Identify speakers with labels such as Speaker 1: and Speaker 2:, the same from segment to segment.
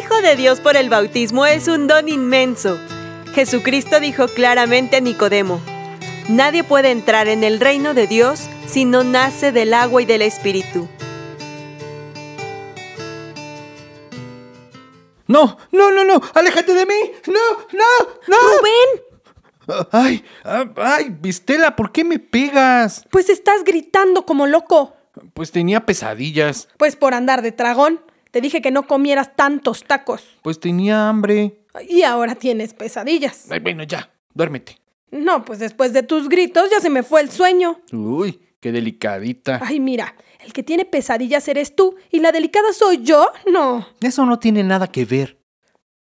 Speaker 1: Hijo de Dios por el bautismo es un don inmenso. Jesucristo dijo claramente a Nicodemo, Nadie puede entrar en el reino de Dios si no nace del agua y del Espíritu.
Speaker 2: No, no, no, no, aléjate de mí. No, no, no.
Speaker 3: ¡Rubén!
Speaker 2: Ay, ah, ay, Vistela, ¿por qué me pegas?
Speaker 3: Pues estás gritando como loco.
Speaker 2: Pues tenía pesadillas,
Speaker 3: Pues por andar de tragón. Te dije que no comieras tantos tacos.
Speaker 2: pues tenía hambre.
Speaker 3: Y ahora tienes pesadillas.
Speaker 2: Ay, bueno, ya, duérmete.
Speaker 3: No, pues después de tus gritos ya se me fue el sueño.
Speaker 2: Uy, qué delicadita.
Speaker 3: Ay, mira, el que tiene pesadillas eres tú y la delicada soy yo. No.
Speaker 2: Eso no tiene nada que ver.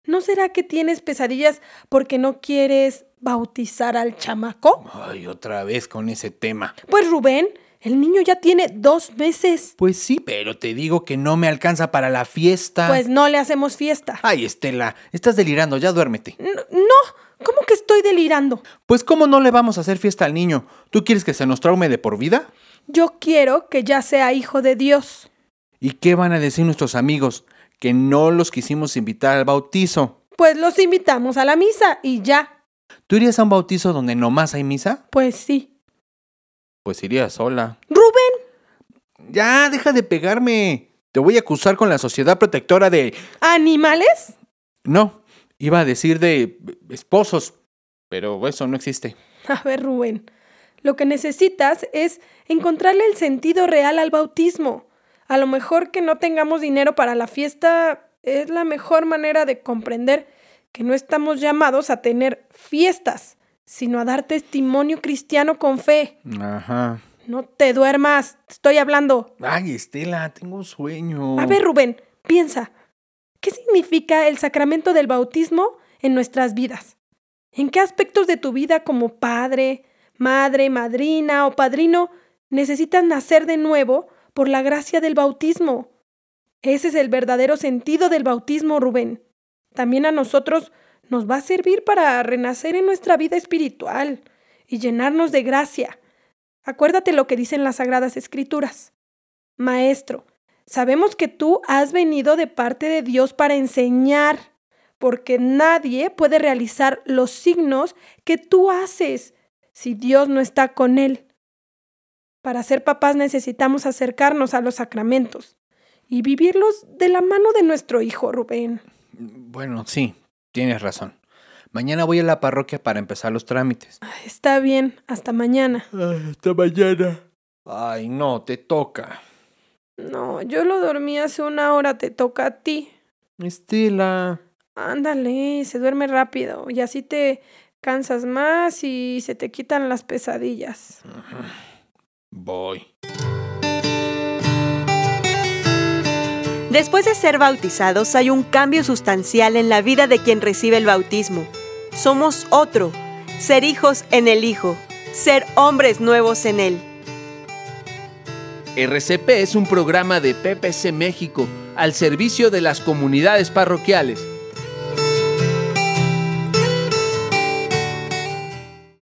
Speaker 3: ¿No será que tienes pesadillas porque no quieres bautizar al chamaco?
Speaker 2: Ay, otra vez con ese tema.
Speaker 3: Pues Rubén, el niño ya tiene dos meses.
Speaker 2: Pues sí, pero te digo que no me alcanza para la fiesta.
Speaker 3: Pues no le hacemos fiesta.
Speaker 2: Ay, Estela, estás delirando, ya duérmete.
Speaker 3: N- No, ¿cómo que estoy delirando?
Speaker 2: Pues ¿cómo no le vamos a hacer fiesta al niño? ¿Tú quieres que se nos traume de por vida?
Speaker 3: Yo quiero que ya sea hijo de Dios.
Speaker 2: ¿Y qué van a decir nuestros amigos? Que no los quisimos invitar al bautizo.
Speaker 3: Pues los invitamos a la misa y ya.
Speaker 2: ¿Tú irías a un bautizo donde nomás hay misa?
Speaker 3: Pues sí.
Speaker 2: Pues iría sola.
Speaker 3: Rubén.
Speaker 2: Ya, deja de pegarme. Te voy a acusar con la sociedad protectora de...
Speaker 3: ¿Animales?
Speaker 2: No, iba a decir de esposos. Pero eso no existe.
Speaker 3: A ver, Rubén, lo que necesitas es encontrarle el sentido real al bautismo. A lo mejor que no tengamos dinero para la fiesta es la mejor manera de comprender que no estamos llamados a tener fiestas, sino a dar testimonio cristiano con fe.
Speaker 2: Ajá.
Speaker 3: No te duermas, te estoy hablando.
Speaker 2: Ay, Estela, tengo un sueño.
Speaker 3: A ver, Rubén, piensa. ¿Qué significa el sacramento del bautismo en nuestras vidas? ¿En qué aspectos de tu vida como padre, madre, madrina o padrino necesitas nacer de nuevo por la gracia del bautismo? Ese es el verdadero sentido del bautismo, Rubén. También a nosotros nos va a servir para renacer en nuestra vida espiritual y llenarnos de gracia. Acuérdate lo que dicen las Sagradas Escrituras. Maestro, Sabemos que tú has venido de parte de Dios para enseñar, porque nadie puede realizar los signos que tú haces si Dios no está con él. Para ser papás necesitamos acercarnos a los sacramentos y vivirlos de la mano de nuestro hijo Rubén.
Speaker 2: Bueno, sí, tienes razón. Mañana voy a la parroquia para empezar los trámites.
Speaker 3: Ah, Está bien, hasta mañana.
Speaker 2: Hasta mañana. Ay, no, te toca.
Speaker 3: No, yo lo dormí hace una hora, te toca a ti.
Speaker 2: Estela.
Speaker 3: Ándale, se duerme rápido y así te cansas más y se te quitan las pesadillas.
Speaker 2: Voy.
Speaker 1: Después de ser bautizados hay un cambio sustancial en la vida de quien recibe el bautismo. Somos otro, ser hijos en el Hijo, ser hombres nuevos en Él.
Speaker 4: RCP es un programa de PPC México al servicio de las comunidades parroquiales.